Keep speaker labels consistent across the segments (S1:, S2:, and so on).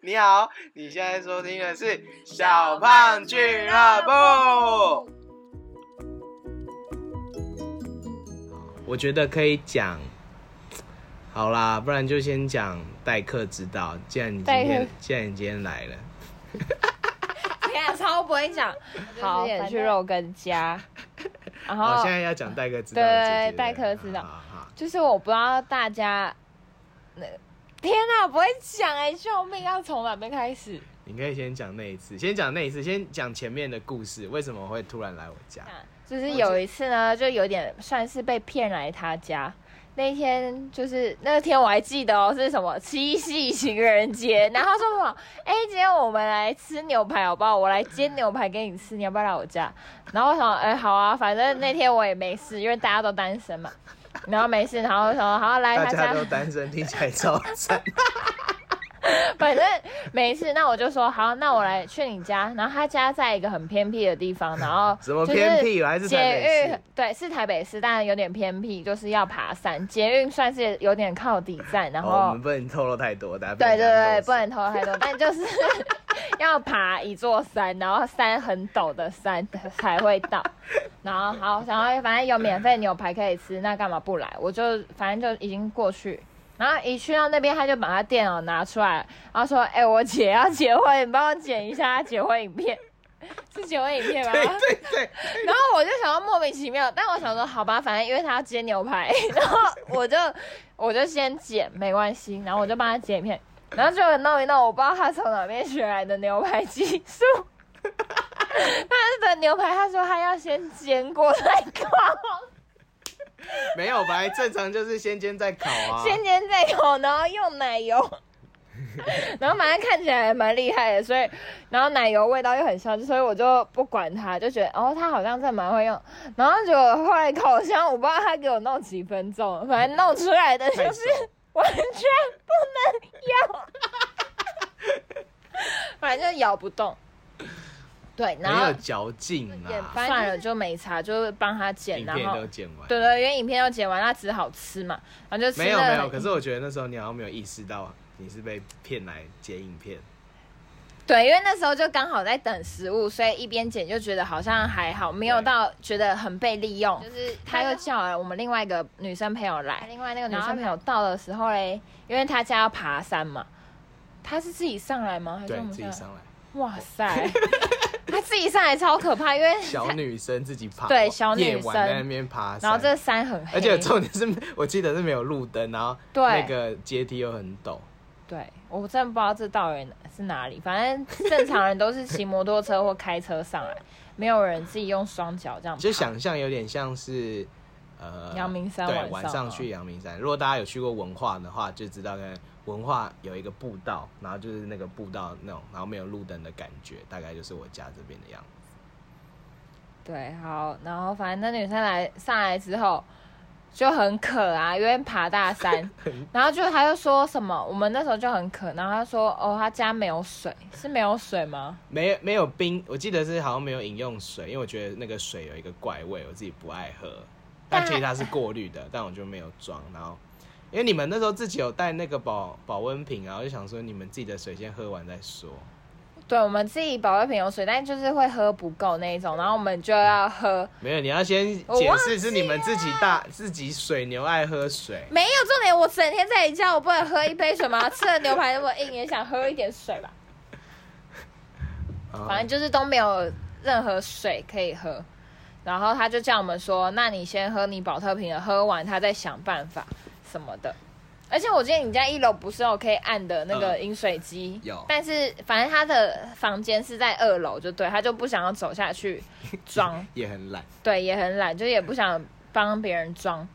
S1: 你好，你现在收听的是小胖俱乐部。我觉得可以讲，好啦，不然就先讲待客之道。既然你今
S2: 待
S1: 天
S2: 客，
S1: 既然你今天来了，
S2: 天啊，超不会讲。好，
S3: 反
S2: 点
S3: 正
S2: 去肉羹 家，
S1: 我、
S2: 然后
S1: 哦现在要讲待客之道的姐姐了，
S2: 对待客之道
S1: 好好好
S2: 就是我不知道大家，那天啊，不会讲哎、救命！要从哪边开始？
S1: 你可以先讲那一次，先讲那一次，先讲前面的故事，为什么会突然来我家？
S2: 啊 就是有一次呢，就有点算是被骗来他家。那一天就是那天我还记得哦，是什么七夕情人节，然后说什么，哎、今天我们来吃牛排好不好？我来煎牛排给你吃，你要不要来我家？然后我想，哎、好啊，反正那天我也没事，因为大家都单身嘛，然后没事，然后说好来
S1: 大
S2: 他
S1: 哎家都单身，听起来超 惨。
S2: 反正没事，那我就说好，那我来去你家。然后他家在一个很偏僻的地方，然后
S1: 什么
S2: 就是
S1: 偏僻还是台北市
S2: 捷运对，是台北市，但有点偏僻，就是要爬山。捷运算是有点靠底站，然后、
S1: 哦，我们不能透露太多，大家不
S2: 对
S1: 能
S2: 对
S1: 透
S2: 对，
S1: 露
S2: 不能偷太多，但就是 要爬一座山，然后山很陡的山才会到。然后好，然后反正有免费牛排可以吃，那干嘛不来？我就反正就已经过去。然后一去到那边，他就把他电脑拿出来，然后说：“哎、我姐要结婚，你帮我剪一下她结婚影片，是结婚影片吗？”
S1: 对对对，
S2: 然后我就想要莫名其妙，但我想说好吧，反正因为他要煎牛排， 然后我就我就先剪没关系，然后我就帮他剪一片，然后就弄一弄，我不知道他从哪边学来的牛排技术。 他的牛排，他说他要先煎过再烤，
S1: 没有，本来正常就是先煎再烤啊。
S2: 先煎再烤，然后用奶油， 然后反正看起来还蛮厉害的，所以然后奶油味道又很香，所以我就不管它，就觉得哦，他好像真的蛮会用。然后结果后来烤箱，我不知道他给我弄几分钟，反正弄出来的就
S1: 太
S2: 是
S1: 爽
S2: 完全不能咬，反正就咬不动。对，然
S1: 没
S2: 后
S1: 有嚼劲
S2: 也
S1: 啊，
S2: 算了，就没查，就是帮他剪，
S1: 影
S2: 然
S1: 片
S2: 后
S1: 都剪完。
S2: 对对，因为影片都剪完，他只好吃嘛，然后就吃
S1: 没有
S2: 了
S1: 没有，可是我觉得那时候你好像没有意识到你是被骗来剪影片，
S2: 对，因为那时候就刚好在等食物，所以一边剪就觉得好像还好，没有
S1: 对
S2: 到觉得很被利用。就是他
S3: 他
S2: 又
S3: 又
S2: 叫了我们另外一个女生朋友来，另外那个
S3: 然
S2: 女
S3: 后
S2: 生朋友到的时候嘞，因为她家要爬山嘛，她是自己上来吗？还是
S1: 对
S2: 我们
S1: 自己
S2: 来？
S1: 上来，
S2: 哇塞，她自己上来超可怕，因为
S1: 小女生自己爬，
S2: 对小女生
S1: 夜晚在那边爬山，
S2: 然后这山很黑，
S1: 而且重点是， 我记得是没有路灯，然后
S2: 对
S1: 那个阶梯又很陡，
S2: 对我真的不知道这到底是哪里，反正正常人都是骑摩托车或开车上来，没有人自己用双脚这样爬。
S1: 就想象有点像是。呃，
S2: 阳明山
S1: 对，
S2: 晚上
S1: 晚上
S2: 哦
S1: 去阳明山。如果大家有去过文化的话，就知道跟文化有一个步道，然后就是那个步道那种，然后没有路灯的感觉，大概就是我家这边的样子。
S2: 对，好，然后反正那女生来上来之后就很渴啊，因为爬大山，然后就她就说什么，我们那时候就很渴，然后她说哦，她家没有水，是没有水吗？
S1: 没有没有冰，我记得是好像没有饮用水，因为我觉得那个水有一个怪味，我自己不爱喝。但
S2: 但
S1: 其实它是过滤 的，但我就没有装。然后，因为你们那时候自己有带那个保保温瓶啊，我就想说你们自己的水先喝完再说。
S2: 对，我们自己保温瓶有水，但就是会喝不够那一种，然后我们就要喝，
S1: 没有，你要先
S2: 我
S1: 解
S2: 忘
S1: 释是你们自己大自己水牛爱喝水。
S2: 没有重点，我整天在你家，我不能喝一杯水吗？吃了牛排那么硬，也想喝一点水吧，
S1: 啊
S2: 嗯反正就是都没有任何水可以喝。然后他就叫我们说：“那你先喝你保特瓶的，喝完他再想办法什么的。”而且我记得你家一楼不是有可以按的那个
S1: 嗯
S2: 饮水机、
S1: 有
S2: 但是反正他的房间是在二楼，就对，他就不想要走下去 装，
S1: 也很懒，
S2: 对，也很懒，就也不想帮别人装。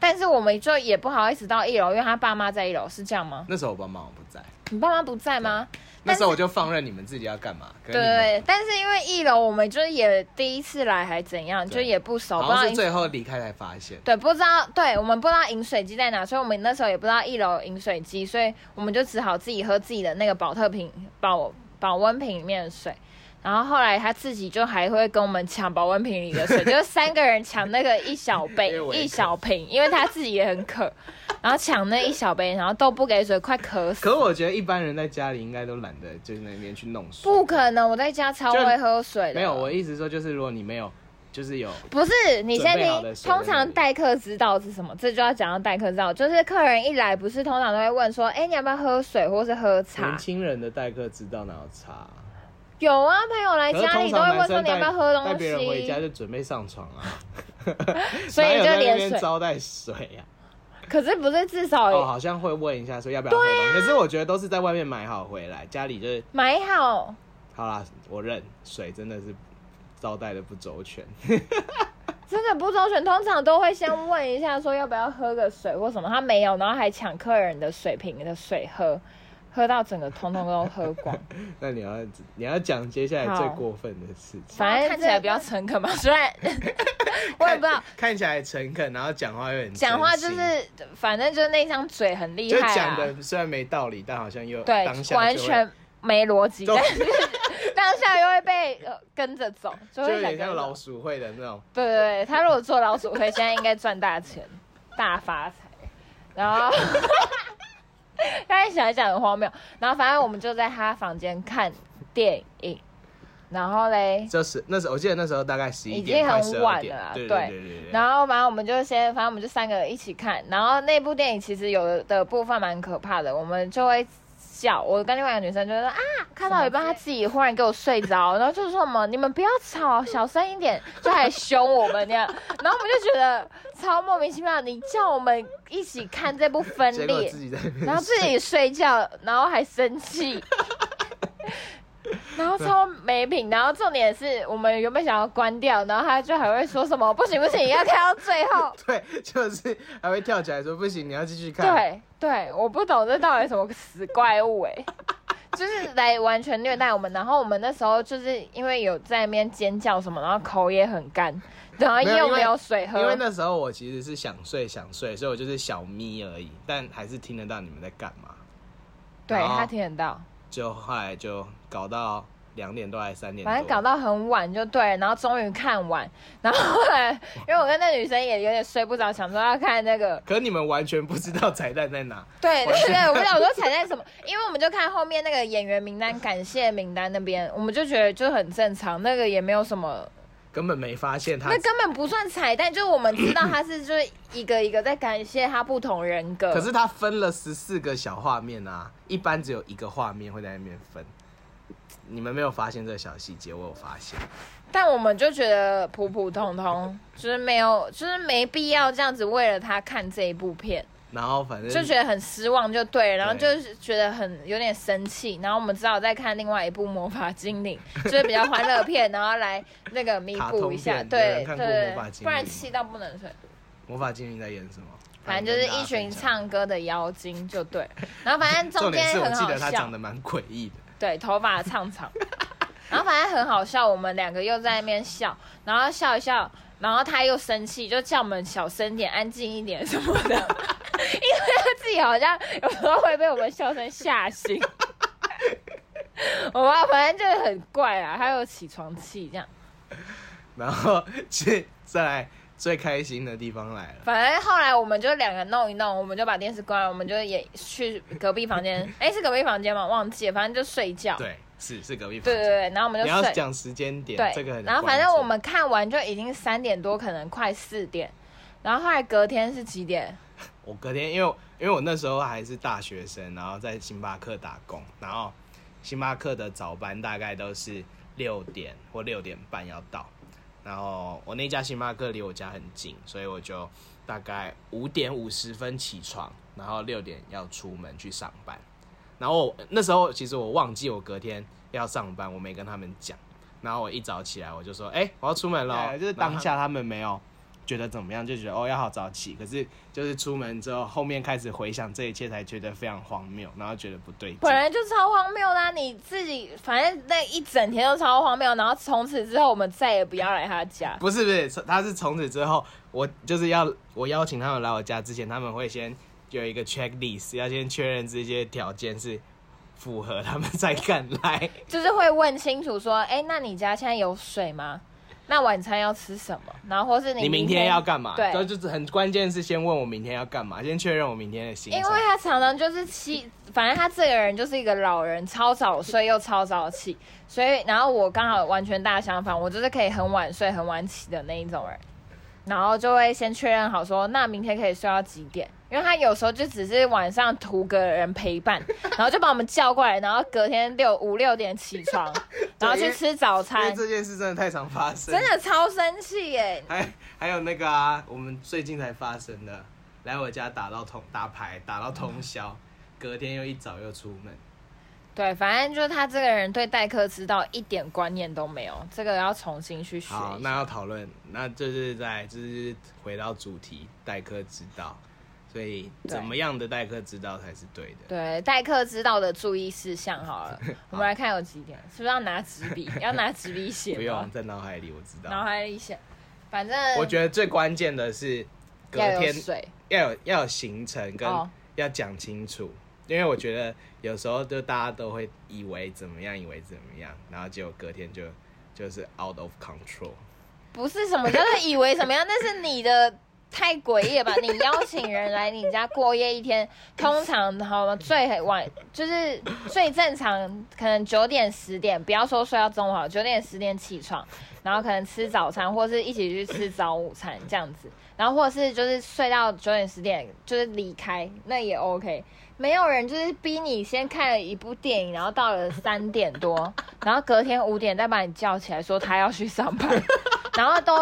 S2: 但是我们就也不好意思到一楼，因为他爸妈在一楼，是这样吗？
S1: 那时候我爸妈我不在，
S2: 你爸妈不在吗？
S1: 那时候我就放任你们自己要干嘛。可是
S2: 对
S1: 你们，
S2: 对，但是因为一楼我们就是也第一次来，还怎样，
S1: 对
S2: 就也不熟，不知
S1: 好
S2: 道
S1: 像
S2: 饮
S1: 是最后离开才发现。
S2: 对，不知道，对我们不知道饮水机在哪，所以我们那时候也不知道一楼饮水机，所以我们就只好自己喝自己的那个保特瓶保保温瓶里面的水。然后后来他自己就还会跟我们抢保温 瓶里的水，就是三个人抢那个一小杯
S1: 因为我也
S2: 一
S1: 渴
S2: 小瓶，因为他自己也很渴。然后抢那一小杯，然后都不给水，快渴死。
S1: 可我觉得一般人在家里应该都懒得就是那边去弄水。
S2: 不可能，我在家超
S1: 就
S2: 会喝水的。
S1: 没有，我意思说就是如果你没有，就是有
S2: 不是，你先
S1: 准备好的
S2: 听。
S1: 水
S2: 通常待客之道是什么？这就要讲到待客之道，就是客人一来，不是通常都会问说，哎、你要不要喝水或是喝茶
S1: 年？轻人的待客之道哪有差啊？
S2: 有啊，朋友来
S1: 可是
S2: 家里
S1: 通
S2: 都会
S1: 常
S2: 问
S1: 男
S2: 说，
S1: 生
S2: 你要
S1: 带
S2: 不要喝
S1: 带
S2: 东
S1: 别人回家
S2: 西？
S1: 就准备上床啊，
S2: 所以
S1: 哪有
S2: 就
S1: 在那
S2: 连
S1: 边
S2: 水
S1: 招待水啊。
S2: 可是不是至少
S1: 哦，好像会问一下说要不要喝东西，可是我觉得都是在外面买好回来，家里就是
S2: 买好？
S1: 好啦，我认水真的是招待的不周全。
S2: 真的不周全，通常都会先问一下说要不要喝个水或什么，他没有，然后还抢客人的水瓶的水喝，喝到整个通通都喝光。
S1: 那你要你要讲接下来最过分的事情，
S2: 反正看起来比较诚恳嘛，虽 然我也不知道，
S1: 看起来诚恳，然后讲话又很
S2: 讲话就
S1: 真心
S2: 是反正就是那张嘴很厉
S1: 就
S2: 害
S1: 讲
S2: 啊，
S1: 的虽然没道理，但好像又
S2: 对
S1: 当，下
S2: 完
S1: 就会
S2: 全没逻辑，
S1: 就
S2: 但 是当下又会被、呃、跟着走，就
S1: 就
S2: 会
S1: 有
S2: 想
S1: 点
S2: 跟
S1: 像
S2: 着
S1: 老
S2: 走。
S1: 鼠会的那种。
S2: 对对对，他如果做老鼠会，现在应该赚大钱，大发财。然后 刚才想一想很荒谬，然后反正我们就在他房间看电影，然后嘞，
S1: 就是那时候，我记得那时候大概十一
S2: 已
S1: 点，
S2: 经
S1: 快
S2: 很
S1: 12
S2: 晚
S1: 点
S2: 了啊
S1: 对
S2: 对
S1: 对对对。
S2: 然后反正我们就先，反正我们就三个一起看。然后那部电影其实有的部分蛮可怕的，我们就会笑。我跟另外一个女生就会说啊，看到一半她自己忽然给我睡 着，然后就说什么你们不要吵，小声一点，就还凶我们那样。然后我们就觉得超莫名其妙，你叫我们一起看这部分
S1: 结果
S2: 裂
S1: 自，己在那边
S2: 然后自己睡觉，然后还 生气，然后超没品。然后重点是我们原本想要关掉，然后他就还会说什么不行不行，要看到最后。
S1: 对，就是还会跳起来说不行，你要继 续看。，
S2: 对对，我不懂这到底什么死怪物哎、就是来完全虐待我们。然后我们那时候就是因为有在那边尖叫什么，然后口也很干，然后
S1: 没有
S2: 又
S1: 因为
S2: 没有水喝，
S1: 因为那时候我其实是想睡想睡，所以我就是小眯而已，但还是听得到你们在干嘛。
S2: 对
S1: 然后
S2: 他听得到。
S1: 就后来就搞到两点多还是三点多，
S2: 反正搞到很晚就对了，然后终于看完， 然后后来因为我跟那女生也有点睡不着，想说要看那个，
S1: 可你们完全不知道彩蛋在哪，
S2: 对对对，我们想说彩蛋什么，因为我们就看后面那个演员名单、感谢名单那边，我们就觉得就很正常，那个也没有什么，
S1: 根本没发现他
S2: 那。根本不算彩蛋，就是我们知道他是就是一个一个在感谢他不同人格，
S1: 可是他分了十四个小画面啊，一般只有一个画面会在那边分。你们没有发现这个小细节，我有发现。
S2: 但我们就觉得普普通通，就是没有，就是没必要这样子为了他看这一部片。
S1: 然后反正
S2: 就觉得很失望，就对了，然后
S1: 对
S2: 就是觉得很有点生气，然后我们只好再看另外一部《魔法精灵》，就是比较欢乐片，然后来那个弥补一下，
S1: 卡通片有人
S2: 对
S1: 看过
S2: 对
S1: 魔法，精灵
S2: 不然气到不能睡。
S1: 魔法精灵在演什么？
S2: 反正就是一群唱歌的妖精，就对。然后反正
S1: 重
S2: 中
S1: 点
S2: 间
S1: 是我
S2: 很
S1: 记
S2: 好
S1: 得他
S2: 笑
S1: 长，得蛮诡异的，
S2: 对，头发长长。然后反正很好笑，我们两个又在那边笑，然后笑一笑，然后他又生气，就叫我们小声点、安静一点什么的，因为他自己好像有时候会被我们笑声吓醒。我妈反正就是很怪啊，她有起床气这样。
S1: 然后去再来最开心的地方来了。
S2: 反正后来我们就两个弄一弄，我们就把电视关了，我们就也去隔壁房间，哎，是隔壁房间吗？忘记了，反正就睡觉。
S1: 对，是是隔壁房
S2: 对对
S1: 间。
S2: 对，然后我们
S1: 你
S2: 就
S1: 要
S2: 睡。
S1: 讲时间点，
S2: 对，
S1: 这个很关键。
S2: 然后反正我们看完就已经三点多，可能快四点。然后后来隔天是几点？
S1: 我隔天因为因为我那时候还是大学生，然后在星巴克打工，然后星巴克的早班大概都是六点或六点半要到，然后我那家星巴克离我家很近，所以我就大概五点五十分起床，然后六点要出门去上班。然后我那时候其实我忘记我隔天要上班，我没跟他们讲。然后我一早起来我就说：“哎、我要出门了。”
S3: 哎
S1: 就是当下他们没有觉得怎么样，就觉得哦要好早起。可是就是出门之后，后面开始回想这一切，才觉得非常荒谬，然后觉得不对劲
S2: 本。来就超荒谬啦、你自己反正那一整天都超荒谬。然后从此之后，我们再也不要来他 家。
S1: 不是不是，他是从此之后，我就是要我邀请他们来我家之前，他们会先有一个 checklist，要先确认这些条件是符 合，他们才敢来。
S2: 就是会问清楚说，哎，那你家现在有水吗？那晚餐要吃什么，然后或是
S1: 你
S2: 明
S1: 明天要干嘛？
S2: 对
S1: 这就是很关键，是先问我明天要干嘛，先确认我明天的行
S2: 因
S1: 程。
S2: 为他常常就是七，反正他这个人就是一个老人，超早睡又超早起，所以然后我刚好完全大相反，我就是可以很晚睡很晚起的那一种人，然后就会先确认好说，那明天可以睡到几点。因为他有时候就只是晚上图个人陪伴，然后就把我们叫过来，然后隔天六五六点起 床，然后去吃早
S1: 因
S2: 餐
S1: 为，这件事真的太常发生，
S2: 真的超生气耶！
S1: 还还有那个啊，我们最近才发生的，来我家打到通打牌打到通宵，隔天又一早又出门，
S2: 对，反正就是他这个人对待客之道一点观念都没有，这个要重新去学一下。
S1: 好，那要讨论，那就是在就是回到主题，待客之道。所以
S2: 对
S1: 怎么样的待客之道才是对的？
S2: 对，待客知道的注意事项好了，我们来看有几点，是不是要拿纸笔？要拿纸笔写？
S1: 不用，在脑海里，我知
S2: 脑
S1: 道。
S2: 海里写。反正
S1: 我觉得最关键的是隔
S2: 要有
S1: 天
S2: 水，
S1: 要有要有行程跟
S2: 哦
S1: 要讲清楚，因为我觉得有时候就大家都会以为怎么样，以为怎么样，然后结果隔天就就是 out of control。
S2: 不是什么，就是以为什么样，那是你的。太诡异了吧！你邀请人来你家过夜一天，通常好吗？最晚就是最正常，可能九点十点，不要说睡到中午好了，九点十点起床，然后可能吃早餐，或是一起去吃早午餐这样子，然后或者是就是睡到九点十点就是离开，那也 OK。没有人就是逼你先看了一部电影，然后到了三点多，然后隔天五点再把你叫起来说他要去上 班，然后都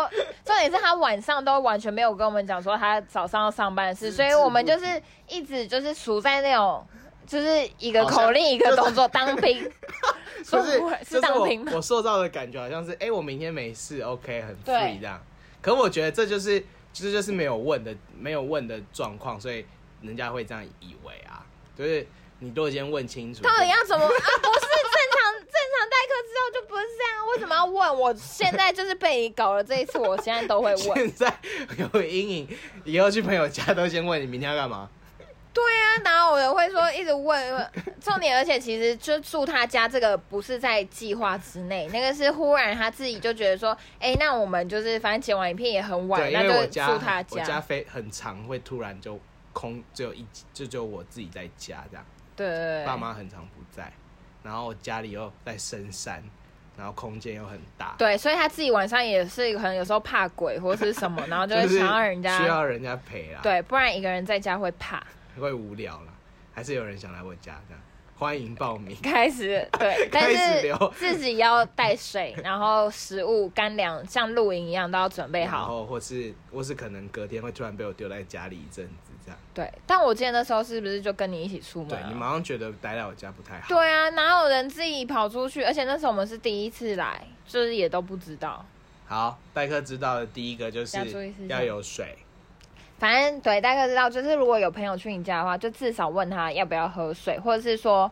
S2: 重点是他晚上都完全没有跟我们讲说他早上要上班的事，所以我们就是一直就是处在那种就是一个口令一个动作当 兵，
S1: 就
S2: 说
S1: 是
S2: 是
S1: 就是
S2: 当
S1: 我
S2: 兵吗？
S1: 我塑造的感觉好像是，哎、我明天没事，OK，很
S2: 对
S1: free 这样。可我觉得这就是这就是没有问的没有问的状况，所以人家会这样以为啊，就是你都已经问清楚，
S2: 到底要怎么啊？不是正常正常代课之后就不是这样，啊为什么要问？我现在就是被你搞了这一次，我现在都会 问。
S1: 现在有阴影，以后去朋友家都先问你明天要干嘛。
S2: 对啊，然后我也会说一直问，问重点，而且其实就住他家这个不是在计划之内，那个是忽然他自己就觉得说，哎、那我们就是反正剪完影片也很晚，
S1: 对，因
S2: 那
S1: 为我
S2: 就
S1: 家
S2: 住他
S1: 我家非很常会突然就空，只有一就只有我自己在家这样，
S2: 对对对，
S1: 爸妈很常不在，然后我家里又在深山，然后空间又很大，
S2: 对，所以他自己晚上也是可能有时候怕鬼或是什么，然后就
S1: 就
S2: 会
S1: 是
S2: 想要人家、
S1: 需要人家陪啦，，
S2: 对，不然一个人在家会怕。
S1: 会无聊啦，还是有人想来我家这样，欢迎报 名。
S2: 开始 对，但
S1: 开始
S2: 是
S1: 聊
S2: 自己要带水，然后食物、干粮，像露营一样都要准备
S1: 然
S2: 好。
S1: 后或是或是可能隔天会突然被我丢在家里一阵子这样，
S2: 对，但我记得那时候是不是就跟你一起出门
S1: 对你
S2: 啊？
S1: 马上觉得待在我家不太好，
S2: 对啊，哪有人自己跑出去？而且那时候我们是第一次来，就是也都不知道。
S1: 好，代课知道的第一个就是
S2: 要注意事项
S1: 要有水，
S2: 反正对，大概知道，就是如果有朋友去你家的话，就至少问他要不要喝水，或者是说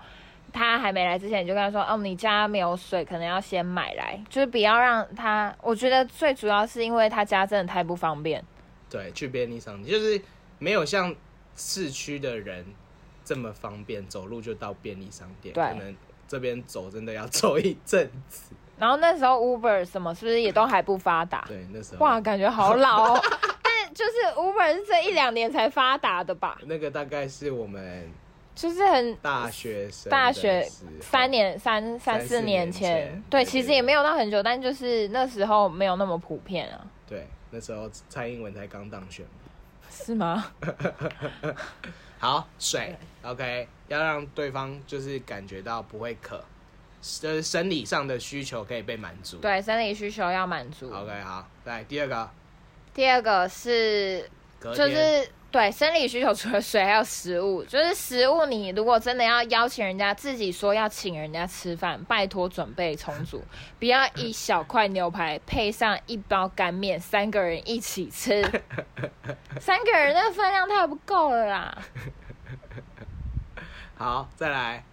S2: 他还没来之前，你就跟他说，哦，你家没有水，可能要先买来，就是不要让他。我觉得最主要是因为他家真的太不方便。
S1: 对，去便利商店就是没有像市区的人这么方便，走路就到便利商店，
S2: 对
S1: 可能这边走真的要 走一阵子。
S2: 然后那时候 Uber 什么是不是也都还不发达？
S1: 对，嗯那时候
S2: 哇，，感觉好老 哦。但就是 Uber 是这一两年才发达的吧？
S1: 那个大概是我们
S2: 就是很
S1: 大学生
S2: 大
S1: 的
S2: 学
S1: 时候
S2: 三年三
S1: 哦三
S2: 三
S1: 四
S2: 四年
S1: 年
S2: 前，
S1: 前对对
S2: 对，其实
S1: 对
S2: 也没有到很久，但就是那时候没有那么普遍啊，
S1: 对，那时候蔡英文才刚当选。
S2: 是吗？
S1: 好，水，OK，要让对方就是感觉到不会渴，就是生理上的需求可以被满足。
S2: 对，生理需求要满足。
S1: ，OK，好，来第二个，
S2: 第二个是
S1: 隔
S2: 就
S1: 天
S2: 是对生理需求，除了水还有食物，就是食物你如果真的要邀请人家，自己说要请人家吃饭，拜托准备充足，不要一小块牛排配上一包干面，三个人一起吃，三个人的分量太不够了啦。
S1: 好，再来，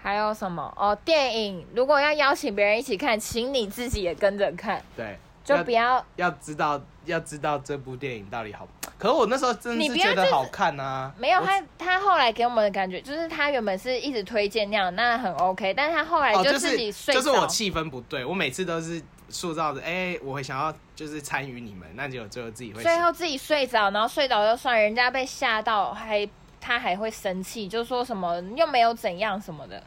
S2: 还有什么哦？电影如果要邀请别人一起看，请你自己也跟着看，
S1: 对，
S2: 就
S1: 要
S2: 不要
S1: 要知道要知道这部电影到底好，可是我那时候真的
S2: 你
S1: 是
S2: 不要
S1: 觉得
S2: 就是
S1: 好看啊，
S2: 没有
S1: 我
S2: 他，他后来给我们的感觉就是他原本是一直推荐那样，那很 OK，但是他后来
S1: 哦，
S2: 就是自己睡着、
S1: 就是我气氛不对，我每次都是塑造着，哎、我会想要就是参与你们，那结果最后自己会
S2: 最后自己睡着，然后睡着就算，人家被吓到还他还会生气，就说什么又没有怎样什么的。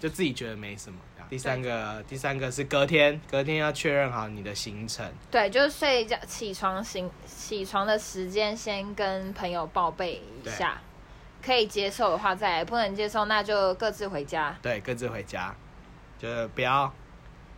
S1: 就自己觉得没什么。这样第三个，第三个是隔天，隔天要确认好你的行程。
S2: 对，就是睡觉起床醒起床的时间先跟朋友报备一下，可以接受的话再来，不能接受那就各自回家。
S1: 对，各自回家，就是不要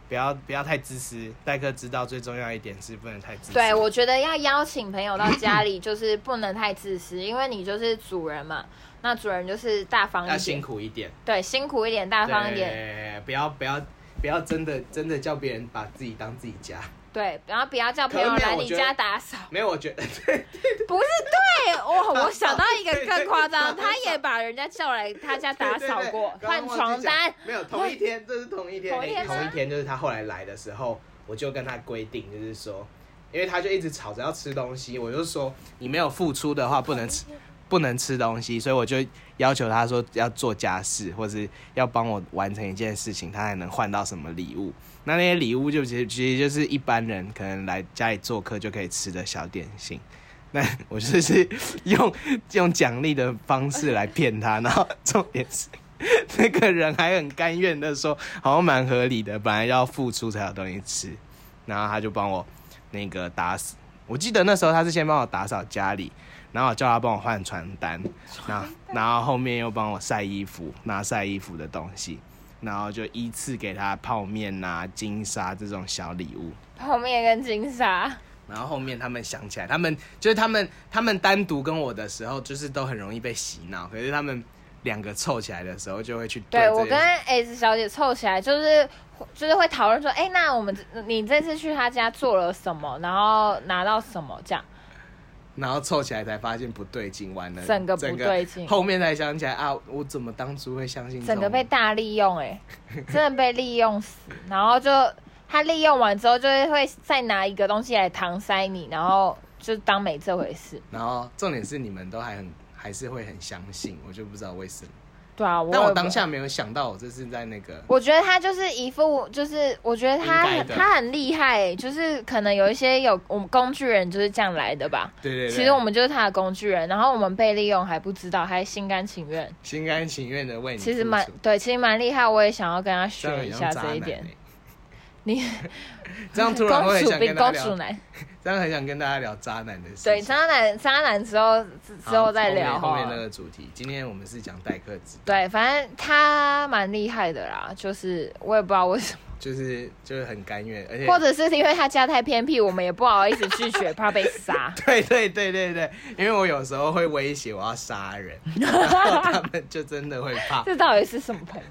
S1: 不要不要太自私。代课知道最重要一点是不能太自私。
S2: 对，我觉得要邀请朋友到家 里，就是不能太自私，因为你就是主人嘛，那主人就是大方
S1: 要
S2: 一
S1: 辛
S2: 点，
S1: 苦一点，
S2: 对，辛苦一点，大方一点，
S1: 对，不要不要不要真的真的叫别人把自己当自己家。
S2: 对，然后不要叫
S1: 可
S2: 朋
S1: 是
S2: 友
S1: 没有
S2: 来
S1: 我
S2: 你
S1: 觉得
S2: 家打扫。
S1: 没有，我觉得
S2: 不是对，我我想到一个
S1: 对对
S2: 更夸张，
S1: 打扫
S2: 他也把人家叫来他家打扫过，
S1: 对对对刚
S2: 换
S1: 刚忘
S2: 床
S1: 记讲
S2: 单，
S1: 没有同一天，这是同一天，
S2: 同一天
S1: 哎同
S2: 吗
S1: 一天就是他后来来的时候，我就跟他规定，就是说，因为他就一直吵着要吃东西，我就说你没有付出的话不能吃。不能吃东西，所以我就要求他说要做家事，或是要帮我完成一件事情，他才能换到什么礼物。那那些礼物就其实其实就是一般人可能来家里做客就可以吃的小点心。那 我就是用用奖励的方式来骗他，然后重点是 那个人还很甘愿的说，好像蛮合理的，本来要付出才有东西吃，然后他就帮我那个打扫。我记得那时候他是先帮我打扫家里，然后我叫他帮我换床单，然后然后后面又帮我晒衣服，拿晒衣服的东西，然后就依次给他泡面啊、金沙这种小礼物。
S2: 泡面跟金沙，
S1: 然后后面他们想起来，他们就是他们他们单独跟我的时候，就是都很容易被洗脑，可是他们两个凑起来的时候，就会去
S2: 对
S1: 这
S2: 我
S1: 件
S2: 跟 S 小姐凑起来就是。就是会讨论说，哎、那我们你这次去他家做了什么，然后拿到什么这样？
S1: 然后凑起来才发现不对劲，完了
S2: 整个不对劲
S1: 后面才想起来啊，我怎么当初会相信这
S2: 整
S1: 种
S2: 个被大利用、哎，真的被利用死。然后就他利用完之后，就会会再拿一个东西来搪塞你，然后就当没这回事。
S1: 然后重点是你们都还很还是会很相信，我就不知道为什么。
S2: 对啊，我
S1: 但
S2: 也
S1: 我
S2: 不
S1: 当下没有想到，我这是在那个
S2: 我觉得他就是一副，就是我觉得他
S1: 应该
S2: 很
S1: 的
S2: 他很厉害、就是可能有一些有我们工具人就是这样来的吧。
S1: 对对对，
S2: 其实我们就是他的工具人，然后我们被利用还不知道，还心甘情愿。
S1: 心甘情愿的为你
S2: 其实
S1: 付
S2: 蛮
S1: 出
S2: 对，其实蛮厉害，我也想要跟他
S1: 这样
S2: 学
S1: 很
S2: 一
S1: 像
S2: 下
S1: 渣
S2: 这一
S1: 男
S2: 点。
S1: 欸
S2: 你
S1: 这样突
S2: 公
S1: 然我很
S2: 主
S1: 想跟
S2: 病，
S1: 大
S2: 公
S1: 家
S2: 主
S1: 聊，
S2: 男，
S1: 这样很想跟大家聊渣男的事情。
S2: 对渣男渣男之后之之后再聊
S1: 好后面后面那
S2: 哈。
S1: 个主题。今天我们是讲代课制，
S2: 对，反正他蛮厉害的啦，就是我也不知道为什么，
S1: 就是就是很甘愿，而且
S2: 或者是因为他家太偏僻，我们也不好意思拒绝，怕被 杀。
S1: 对对对对对，因为我有时候会威胁我要杀人，然后他们就真的会怕。
S2: 这到底是什么朋友？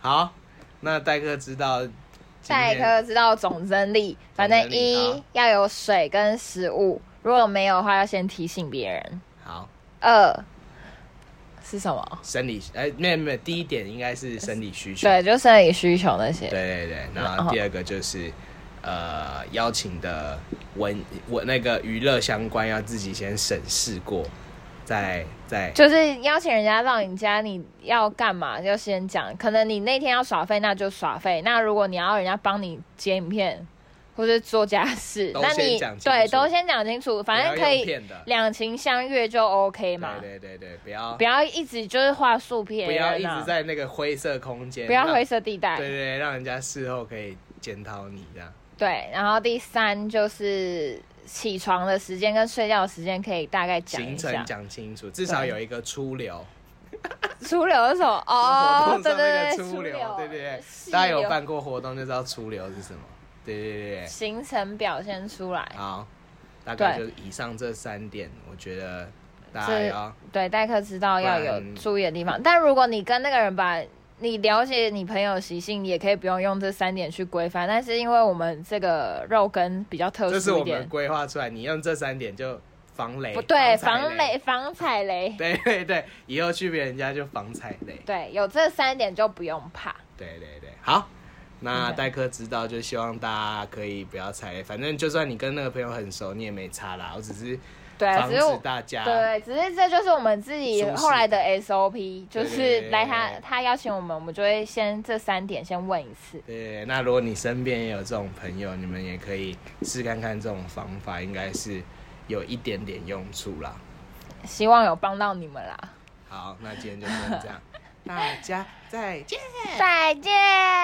S1: 好，那代课知道今
S2: 代
S1: 天，
S2: 课知道总整理，反正
S1: 总整理
S2: 一
S1: 好
S2: 要有水跟食物，如果没有的话要先提醒别人。
S1: 好
S2: 二是什么？
S1: 生理哎，没有没有，第一点应该是生理需求，
S2: 对，就生理需求那些。
S1: 对对对，然后第二个就是。呃，邀请的文我那个娱乐相关要自己先审视过，再再
S2: 就是邀请人家到你家，你要干嘛就先讲。可能你那天要耍废，那就耍废。那如果你要人家帮你剪影片或是做家事，
S1: 都
S2: 那
S1: 先
S2: 你
S1: 讲清
S2: 对
S1: 楚
S2: 都先讲清楚，反正
S1: 不
S2: 可
S1: 要用
S2: 以
S1: 骗的
S2: 两情相悦就 OK 嘛。
S1: 对对对对，不要
S2: 不要一直就是话术骗
S1: 不
S2: 人、
S1: 要
S2: 啊，
S1: 一直在那个灰色空间，
S2: 不要
S1: 让
S2: 灰色地带。
S1: 对对对，让人家事后可以检讨你这样。
S2: 对，然后第三就是起床的时间跟睡觉的时间可以大概讲一
S1: 行
S2: 下
S1: 程。讲清楚，至少有一个出流。
S2: 出流是什么？哦
S1: 活，动上那
S2: 对对
S1: 个
S2: 对，
S1: 出流，对对对，
S2: 细
S1: 大家有
S2: 流
S1: 办过活动就知道出流是什么。对对对对
S2: 行程表现出来
S1: 对，。好，大概就
S2: 对
S1: 是以上这三点，我觉得大家
S2: 这
S1: 要
S2: 对，代课知道要
S1: 不
S2: 有
S1: 然
S2: 注意的地方。但如果你跟那个人把你了解你朋友的习性，也可以不用用这三点去规范。但是因为我们这个肉根比较特
S1: 这是
S2: 殊一
S1: 我们
S2: 点，
S1: 规划出来，你用这三点就防雷，
S2: 不
S1: 踩
S2: 对，防雷、，防踩雷，
S1: 对对对，以后去别人家就防踩雷。
S2: 对，有这三点就不用怕。
S1: 对对对，好。那
S2: OK
S1: 代课知道，就希望大家可以不要踩雷。反正就算你跟那个朋友很熟，你也没差啦。我只是
S2: 对啊，
S1: 防
S2: 只是我
S1: 止大家
S2: 对，只是这就是我们自己
S1: 舒适
S2: 后来的 SOP，就
S1: 对对
S2: 是
S1: 对
S2: 来
S1: 对
S2: 他
S1: 对
S2: 他邀请我们，我们就会先这三点先问一次。
S1: 对，那如果你身边也有这种朋友，你们也可以试看看这种方法，应该是有一点点用处啦。
S2: 希望有帮到你们啦，
S1: 好，那今天就先这样，大家再见。
S2: 再见。